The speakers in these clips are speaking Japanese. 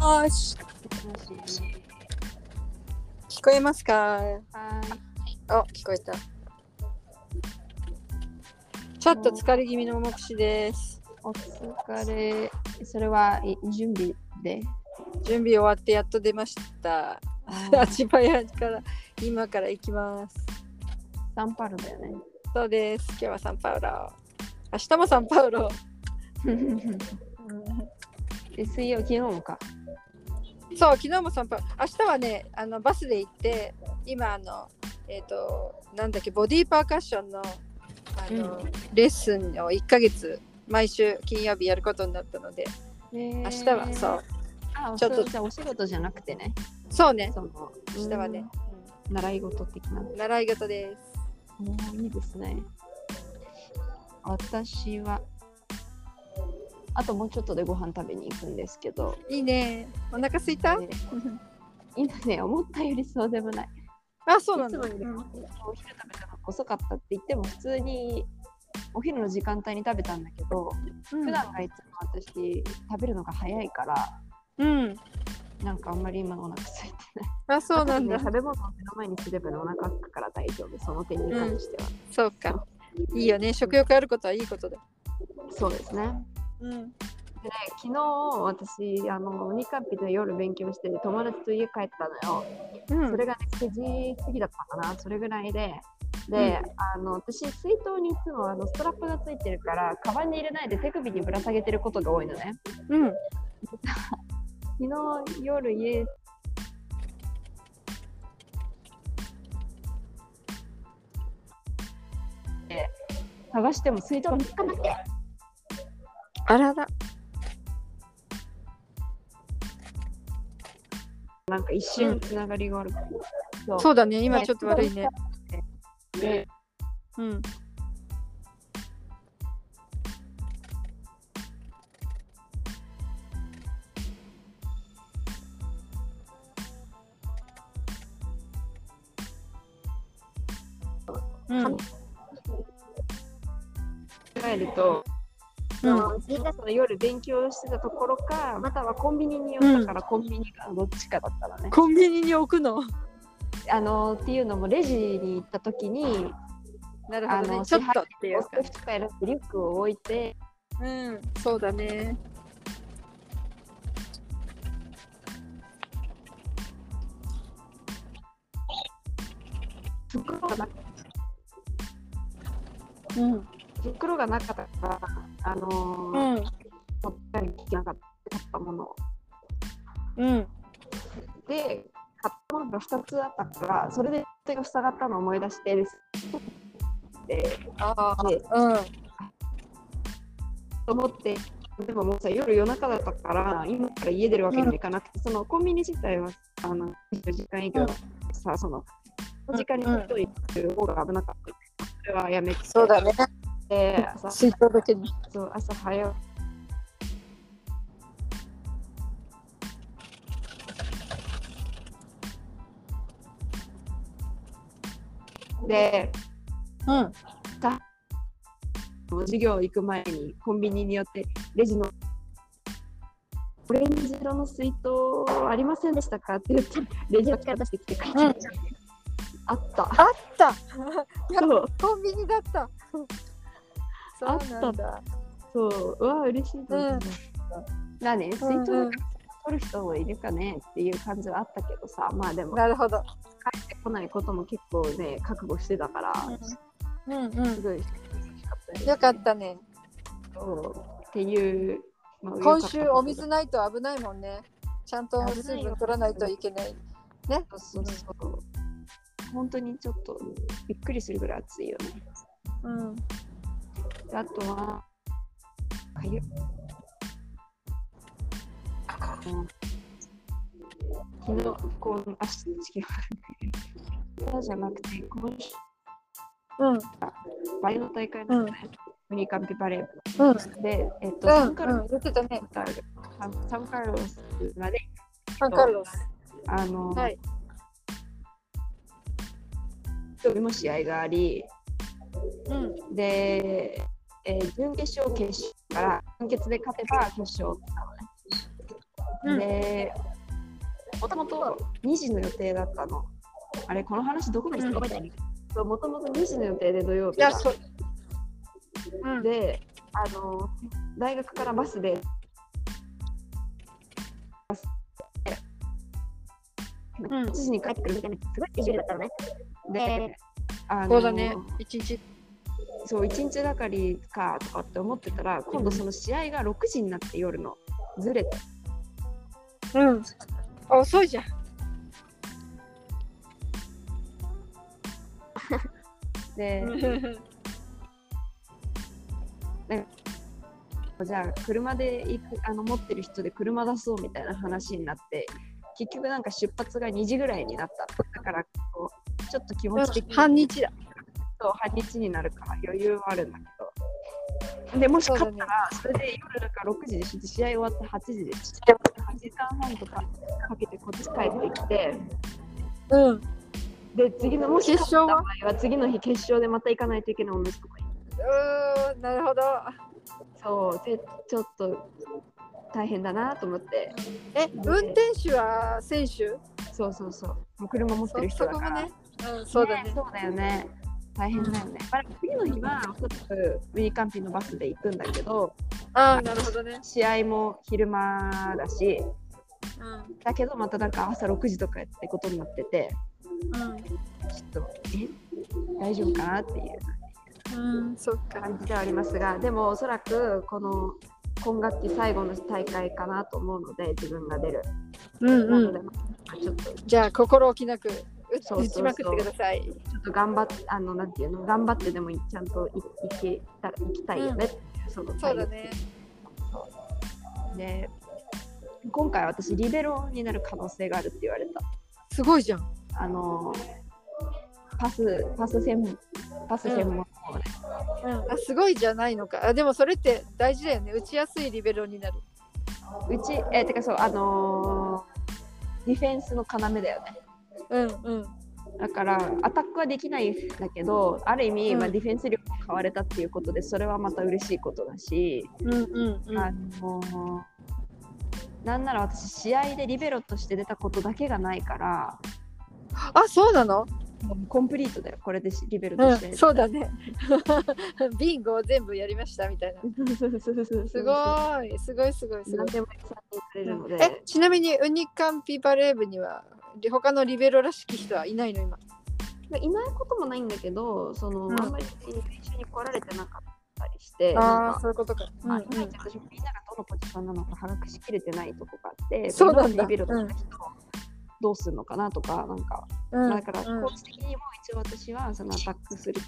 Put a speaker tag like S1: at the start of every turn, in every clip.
S1: よし聞こえますか
S2: はい。
S1: あ聞こえたちょっと疲れ気味の目視です
S2: お疲れ。それはい準備で。
S1: 準備終わってやっと出ました
S2: あ
S1: 立ち早から今から行きます
S2: サンパルだよね。
S1: そうです今日はサンパウロ明日もサンパウロ
S2: で水曜、昨日もか。
S1: そう昨日も散歩明日はねあのバスで行って今あのえっ、となんだっけボディーパーカッションのあの、レッスンを1ヶ月毎週金曜日やることになったので
S2: 明
S1: 明日はそう
S2: あ
S1: ち
S2: ち
S1: ょ
S2: ょ
S1: っと
S2: っとじゃあお仕事じゃなくてね。
S1: そうね
S2: その
S1: 明日はね、
S2: うん習い事的な。
S1: うん習い事です
S2: もういいですね。私は、あともうちょっとでご飯食べに行くんですけど、
S1: いいねお腹すいた、
S2: ね今ね、思ったよりそうでもない。
S1: あそうなんだ
S2: いつもよりお昼食べたの遅かったって言っても、普通にお昼の時間帯に食べたんだけど、
S1: うん
S2: 普段がいつも私、食べるのが早いから、
S1: うん
S2: なんかあんまり今お腹空いてない。
S1: あそうなん
S2: あ
S1: だ
S2: とね食べ物を目の前にすればねお腹空くから大丈夫、その点に関しては。
S1: そうかいいよね食欲あることはいいことだ
S2: そうですね。
S1: うん
S2: でね昨日私あの2カピの夜勉強して友達と家帰ったのよ、
S1: うん
S2: それが、ね、9時過ぎだったかなそれぐらいでで、あの私水筒にいつもあのストラップがついてるからカバンに入れないで手首にぶら下げてることが多いのね
S1: うん
S2: 昨日夜家で探しても水筒が見つかんなくて
S1: あらら
S2: なんか一瞬つながりが悪くて、そ
S1: そうだね今ちょっと悪いね。
S2: で
S1: うんうん
S2: 考えると、
S1: うん
S2: まあみんなその夜勉強してたところか、またはコンビニに寄ったからコンビニかどっちかだったらね。
S1: コンビニに置くの。
S2: あのっていうのもレジに行った時に、
S1: なるほど
S2: あ
S1: ね。
S2: の
S1: ちょっとってい
S2: お
S1: うか
S2: 財。布とかやらずリュックを置いて、
S1: うん、そうだね。
S2: 袋がな
S1: うん。
S2: 袋がなかったから、あの
S1: う
S2: ー、
S1: ん。
S2: 持ったり聞けなかったものを
S1: うん。
S2: で、買ったものが2つあったから、それで手が塞がったのを思い出してです。で
S1: あ
S2: で
S1: あ。うん。
S2: と思って、でももうさ、夜夜中だったから、今から家出るわけにもいかなくて、そのコンビニ自体は、あの、24時間以上、さ、その、その時間に取っといてる方が危なかった。それはやめて、
S1: そうだね。
S2: で朝
S1: 水筒だけに。
S2: そう朝早く。で、
S1: うん。
S2: 授業行く前にコンビニによってレジのオレンジ色の水筒ありませんでしたかって言ってレジから出してきてくれた、
S1: うん
S2: あった
S1: あった。
S2: そう
S1: コンビニだった。
S2: あ
S1: そう
S2: った
S1: なんだ。
S2: そううわ嬉しいと思
S1: うん
S2: う、まあね水筒
S1: うん
S2: だから
S1: うん
S2: 取る人もいるかねっていう感じはあったけどさまあでも帰
S1: なるほど。
S2: ってこないことも結構ね覚悟してたから、
S1: うんう
S2: す
S1: ん。
S2: ごい嬉しかったです
S1: よかったね。
S2: そうっていう、まあ
S1: 今週
S2: 良かった
S1: お水ないと危ないもんね。ちゃんと水分取らないといけない。ね。
S2: そうそうそう。本当にちょっとびっくりするぐらい暑いよね。
S1: うん。
S2: であとは、かゆうん昨日、こう、あ、違う。そうじゃなくて、 今週、
S1: うん。
S2: バレーの大会なのね、ユニカンピバレー
S1: うん。
S2: 部で、えっと、サンカ
S1: う
S2: ル
S1: ん。言ってたね。
S2: ロス、サンカルロスまで、
S1: サンカルロス。
S2: あの、
S1: はい。
S2: 土曜日も試合があり、
S1: うん。
S2: で、えー準決勝、決勝から、準決で勝てば決勝
S1: うん
S2: で、もともと2時の予定だったの。あれ、この話どこまでした
S1: うん
S2: か覚えてないもともと2時の予定で土曜日
S1: いや
S2: だ
S1: そう、うん、
S2: で、あの、大学からバスで、
S1: う
S2: 1
S1: ん
S2: 時に帰ってくるみたいな、すごいスケジュールだったのね。で、あの
S1: そうだね一日
S2: そう1日がかりかとかって思ってたら今度その試合が6時になって夜のずれて
S1: うんあ遅いじゃん
S2: で、じゃあ車で行くあの持ってる人で車出そうみたいな話になって結局なんか出発が2時ぐらいになっただからこうちょっと気持ち的に
S1: 半日だ
S2: と半日になるから余裕はあるんだけどでもし
S1: そう
S2: 勝
S1: だ
S2: っ
S1: ね
S2: たらそれで夜なんか6時でして試合終わって8時でして8時間半とかかけてこっち帰ってきて
S1: うん
S2: で次のもし
S1: 決勝は
S2: 勝った場合は次の日決勝でまた行かないといけない同じとこに
S1: うーんなるほど
S2: そうでちょっと大変だなと思って
S1: え運転手は選手
S2: そうそうそうもう車持ってる
S1: そ
S2: 人
S1: そ
S2: だ
S1: こ
S2: か
S1: も
S2: ら
S1: ねうんそうだね
S2: そうだよね大変だよね、まあ次の日はおそらくウィリカンピのバスで行くんだけど
S1: ああなるほどね
S2: 試合も昼間だし
S1: う
S2: だけどまたなんか朝6時とかやってことになってて
S1: ん
S2: ちょっとえ大丈夫かなっていう
S1: うんうんそっか
S2: 感じではありますがでもおそらくこの今学期最後の大会かなと思うので自分が出る、
S1: うん
S2: な
S1: う
S2: の
S1: ん
S2: でちょっとち
S1: じゃあ心置きなく
S2: そうそうそう
S1: 打打ちまくってください
S2: ょっと頑張ってあのなんていうの頑張ってでもちゃんとい行けたら行きたいよね、その
S1: そうだね
S2: で今回私リベロになる可能性があるって言われた
S1: すごいじゃん
S2: あのパスパス専門パス専門の
S1: うんあすごいじゃないのかあでもそれって大事だよね打ちやすいリベロになる
S2: うちえてかそうあのディフェンスの要だよね
S1: うんうん
S2: だからアタックはできないんだけどある意味、
S1: うん
S2: まあ、ディフェンス力が買われたっていうことでそれはまた嬉しいことだし、
S1: うんうんうん
S2: あのなんなら私試合でリベロとして出たことだけがないから
S1: あそうなの
S2: もうコンプリートだよこれでリベロ
S1: う
S2: として、
S1: んそうだね ビンゴを全部やりましたみた いなすごいすごいすごいすごい
S2: 何でも参加されるので、
S1: えちなみにウニカンピバレー部にはり他のリベロらしき人はいないの今
S2: いないこともないんだけどその、
S1: うん
S2: あんまり一緒に来られてなかったりしてなん
S1: ああ
S2: か
S1: そういうことか、うんう
S2: まあ
S1: ん
S2: いまいち私もみんながどのポジションなのか把握しきれてないとこがあって
S1: そうなんだ
S2: リベロとか人どうするのかなとかなんか、
S1: うん
S2: だから
S1: うん
S2: コーチ的にも一応私はそのアタックする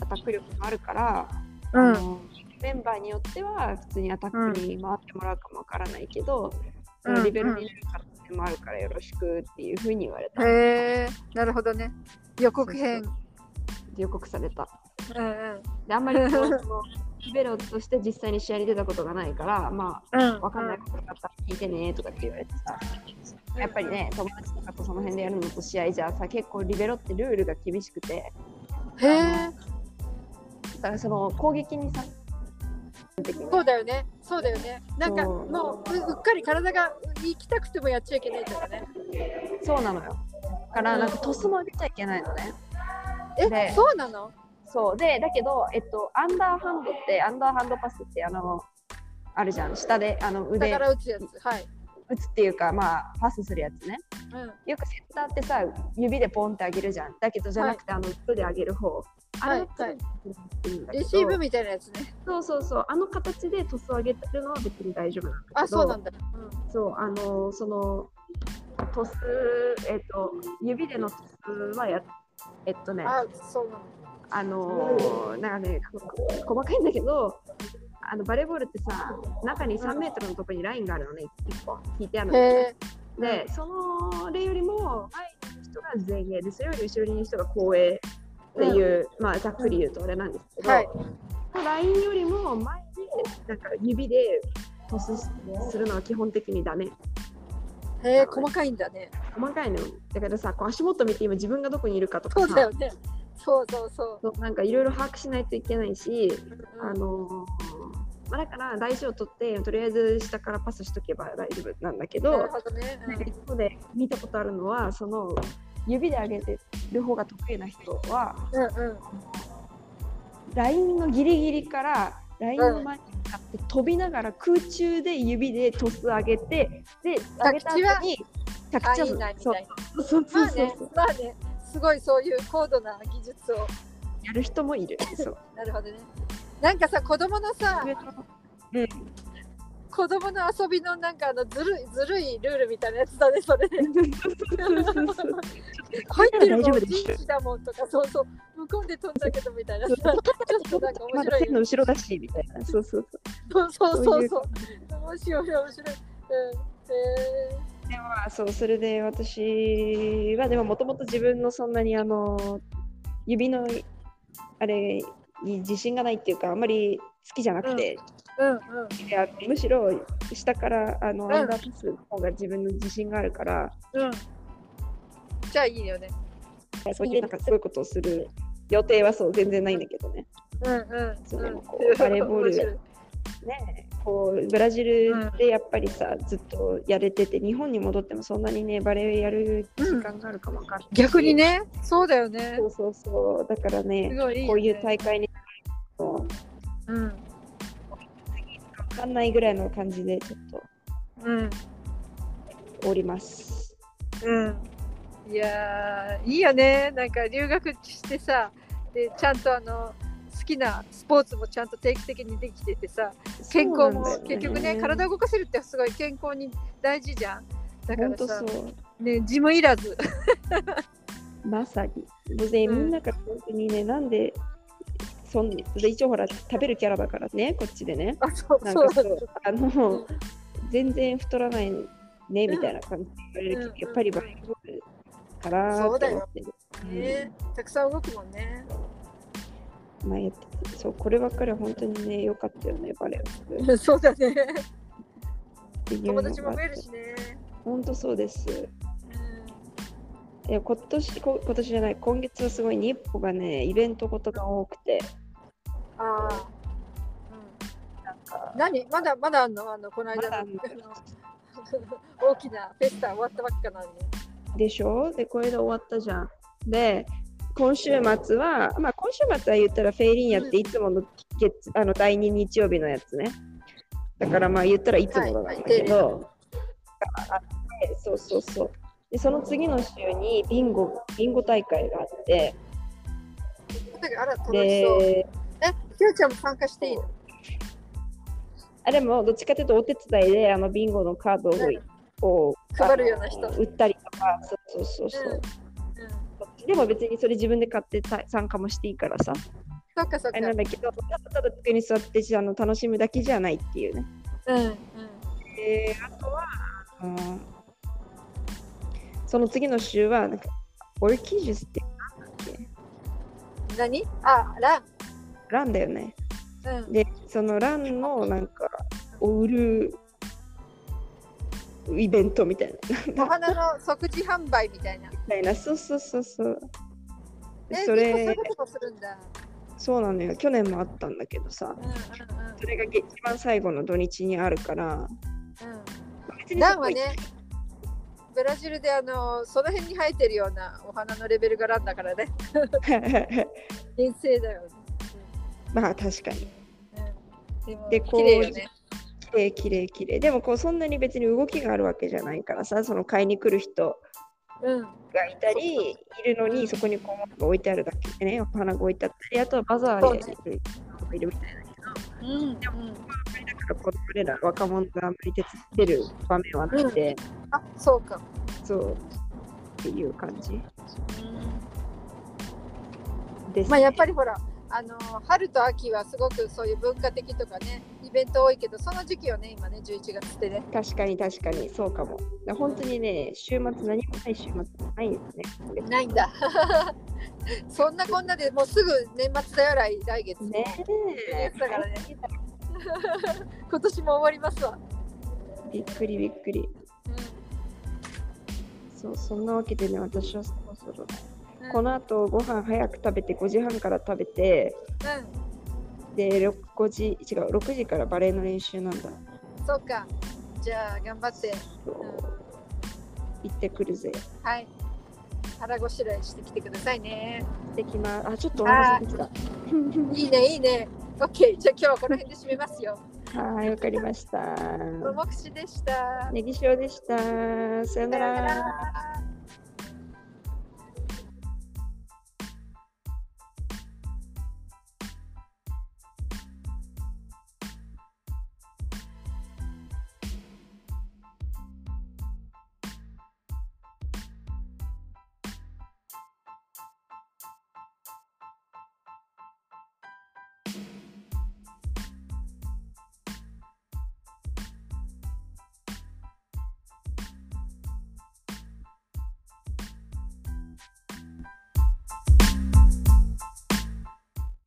S2: アタック力もあるから、
S1: う
S2: あ
S1: ん
S2: のメンバーによっては普通にアタックに回ってもらうかもわからないけど、そのリベロになる可能性もあるからよろしくっていうふうに言われた、
S1: へえなるほどね予告編
S2: 予告された。
S1: うんうん
S2: であんまり こうそのリベロとして実際に試合に出たことがないからま
S1: うん
S2: あわかんないことがあったら聞いてねとかって言われてさやっぱりね友達とかとその辺でやるのと試合じゃさ結構リベロってルールが厳しくて
S1: へえ
S2: だからその攻撃にさ
S1: そうだよねそうだよねなんか
S2: そう
S1: もうううっかり体が行きたくてもやっちゃいけないとかね
S2: そうなのよだからなんかトスも浴びちゃいけないのね
S1: え
S2: ね
S1: そうなの
S2: そうでだけどえっとアンダーハンドってアンダーハンドパスってあのあるじゃん下であの
S1: だ
S2: 腕
S1: から打つやつはい
S2: 打つっていうかまあパスするやつね
S1: うん
S2: よくセンターってさ指でポンって上げるじゃんだけどじゃなくて、あの腕で上げる方あ
S1: はい
S2: れ
S1: はい
S2: い
S1: レシーブみたいなやつね
S2: そうそうそうあの形でトスを上げてるのは別に大丈夫なんだけど
S1: あそうなんだうん
S2: そうあのそのトスえっ、と指でのトスはやえっとねあ
S1: あそうなの
S2: のなんかね細かいんだけどあのバレーボールってさ中に3メートルのところにラインがあるのね1本引いてあるのね
S1: へえ
S2: で、その例よりも前にいる人が前衛でそれより後ろにいる人が後衛っていう、まあざっくり言うとあれなんですけど、
S1: はい
S2: ラインよりも前になんか指でトスするのは基本的にダメ
S1: へえ細かいんだね
S2: 細かいのよだからさこう足元見て今自分がどこにいるかとか
S1: そ
S2: さ
S1: うだよねそうそうそう
S2: そうなんかいろいろ把握しないといけないし、
S1: うん
S2: あのーまあ、だから大事を取ってとりあえず下からパスしとけば大丈夫なんだけど
S1: なるほどね。
S2: なんか一方で見たことあるのはその指で上げてる方が得意な人は
S1: うんうん。
S2: ラインのギリギリからラインの前に向かって飛びながら空中で指でトス上げてで上げた後に着
S1: あ、
S2: 地
S1: いい
S2: を
S1: なみ
S2: そう
S1: たいな。
S2: そうそ
S1: ま
S2: う
S1: あ
S2: そう
S1: ね、まあね、すごいそういう高度な技術を。
S2: やる人もいる そう
S1: なるほどね。なんかさ、子供のさ、 子供の遊びのなんかあのずるいずるいルールみたいなやつだね、それ。入ってる
S2: 大丈
S1: の
S2: 夫です
S1: 人気だもんとか、そうそう、向こうで飛んだけどみたいなさ、ちょっとなんか面
S2: ま
S1: 白
S2: だ
S1: い
S2: 手。の後ろだしみたいなそうそうそ
S1: そう
S2: う
S1: そうそうそう
S2: そ。
S1: 面白い面白い。うん。え
S2: でまあそうそれで私はでももともと自分のそんなにあの指のあれに自信がないっていうかあんまり好きじゃなくて、
S1: ー、うんうん
S2: いやむしろ下からあの、
S1: ん
S2: アンダーパスの方が自分の自信があるから
S1: うん。じゃあいいよね。
S2: そういうなんかすごいことをする予定はそう全然ないんだけどね
S1: うんうん。
S2: そうでもこう
S1: うん
S2: バレーボール
S1: 面白い
S2: ねこうブラジルでやっぱりさ、ずっとやれてて日本に戻ってもそんなにねバレエやる時間があるかもわかんない、
S1: 逆にね、そうだよね
S2: そ。うそうそうだから
S1: す
S2: ね
S1: ごいいいよね
S2: こういう大会にわ
S1: うん。
S2: かんないぐらいの感じでちょっ
S1: うん。
S2: とおります
S1: うん、いやーいいよねなんか留学してさでちゃんとあの好きなスポーツもちゃんと定期的にできててさ健康も
S2: そうなんだよ
S1: 結局ね体を動かせるってすごい健康に大事じゃんだか
S2: ほん
S1: ら
S2: と
S1: さ
S2: そ、う
S1: ね、ジムいらず
S2: まさに。もうね、
S1: うん
S2: みんなから本当にね、なんで、そんで一応ほら、食べるキャラだからね、こっちでね。
S1: あそう
S2: なん
S1: そう
S2: かそう、あ
S1: う
S2: の
S1: ん、
S2: 全然太らないね、
S1: ん
S2: みたいな感じで言われる
S1: う
S2: け
S1: ん
S2: ど、やっぱりバレーボールかな
S1: そう
S2: と
S1: だよ
S2: 思ってる。
S1: ねたくさん動くもんね
S2: うんまあやっててそう、こればっかりは本当にね、良かったよね、バレーボール
S1: そうだね
S2: っていう
S1: 友
S2: のがあって
S1: 達も増えるしね、
S2: 本当そうです。
S1: うん、
S2: え今年こ、今年じゃない、今月はすごい日本がね、イベントことが多くて、
S1: ああ、
S2: なんか
S1: うん、、何まだまだあんのあのこの
S2: ま
S1: 間の
S2: だあの
S1: あの大きなフェスタ終わったばっかなのに
S2: でしょで、これで終わったじゃん。で、今週末は、まあ、今週末は言ったらフェイリンやっていつもの月、あの第2日曜日のやつね。だからまあ言ったらいつものなんだけど、あってそうそうそう。で、その次の週にビンゴ、ビンゴ大会があって、
S1: なんかあら、楽しそう。
S2: で、
S1: え、きよちゃんも参加していいの
S2: あれもどっちかというとお手伝いであのビンゴのカードをこう
S1: 配るような人
S2: あの売ったりとか、そうそうそうそう。
S1: うん。
S2: でも別にそれ自分で買ってた参加もしていいからさ。
S1: そっかそっ
S2: あ
S1: か。
S2: れなんだけど、ただただ机に座ってあの楽しむだけじゃないっていうね。
S1: うん。うん。
S2: で、あとは、あのその次の週は、なんか、オルキージュスってなんだっけ
S1: 何あ、ラン。
S2: ランだよね。
S1: うん。
S2: で、そのランのなんか、を売るイベントみたいな。
S1: お花の即時販売みたいな。
S2: みたいなそうそうそうそう。で
S1: え、
S2: そ
S1: みんな
S2: れ
S1: そういう、こともするんだ。
S2: そうなのよ。去年もあったんだけどさ
S1: う。んうんうん
S2: それが一番最後の土日にあるから、別
S1: うん。
S2: に
S1: ラ
S2: そ
S1: ン
S2: こ
S1: は
S2: 行
S1: ね、ブラジルであの、その辺に生えてるようなお花のレベルがランだからね。遠征だよね。
S2: まあ確かに。
S1: うん。でも、
S2: でこう
S1: 綺麗よね。
S2: 綺麗綺麗綺麗でもこうそんなに別に動きがあるわけじゃないからさその買いに来る人
S1: うん。
S2: がいたりいるのにそこにこう置いてあるだけでねお花が置いてあったりあとはバザー
S1: そう
S2: でいるみたいな
S1: うん。うん。
S2: だからこう俺ら若者があんまり手伝ってる場面はなくて、
S1: あ、そうか。
S2: そうっていう感じ
S1: うん。
S2: です、
S1: まあやっぱりほらあの春と秋はすごくそういう文化的とかねイベント多いけどその時期よね今ね11月ってね
S2: 確かに確かにそうかもだから本当にね週末何もない週末ないんですね
S1: ないんだ そんなこんなでもうすぐ年末だよ来来月
S2: ねえ
S1: だからね 今年も終わりますわ、
S2: びっくりびっくりそうそんなわけでね私はそろそろ
S1: うん
S2: このあとご飯早く食べて5時半から食べて
S1: う
S2: で、6時、違う、6時からバレエの練習なんだ。
S1: そうか。じゃあ頑張って。うん
S2: 行ってくるぜ。
S1: はい。腹ごしらえしてきてくださいね。
S2: できます。あ、ちょっとお腹空いてきた。
S1: いいね、いいね。オッケー。じゃあ今日はこの辺で締めますよ。
S2: はい、わかりました。
S1: ももくしでした。
S2: ネギ塩でした。さよ
S1: さよな
S2: なら。
S1: ら。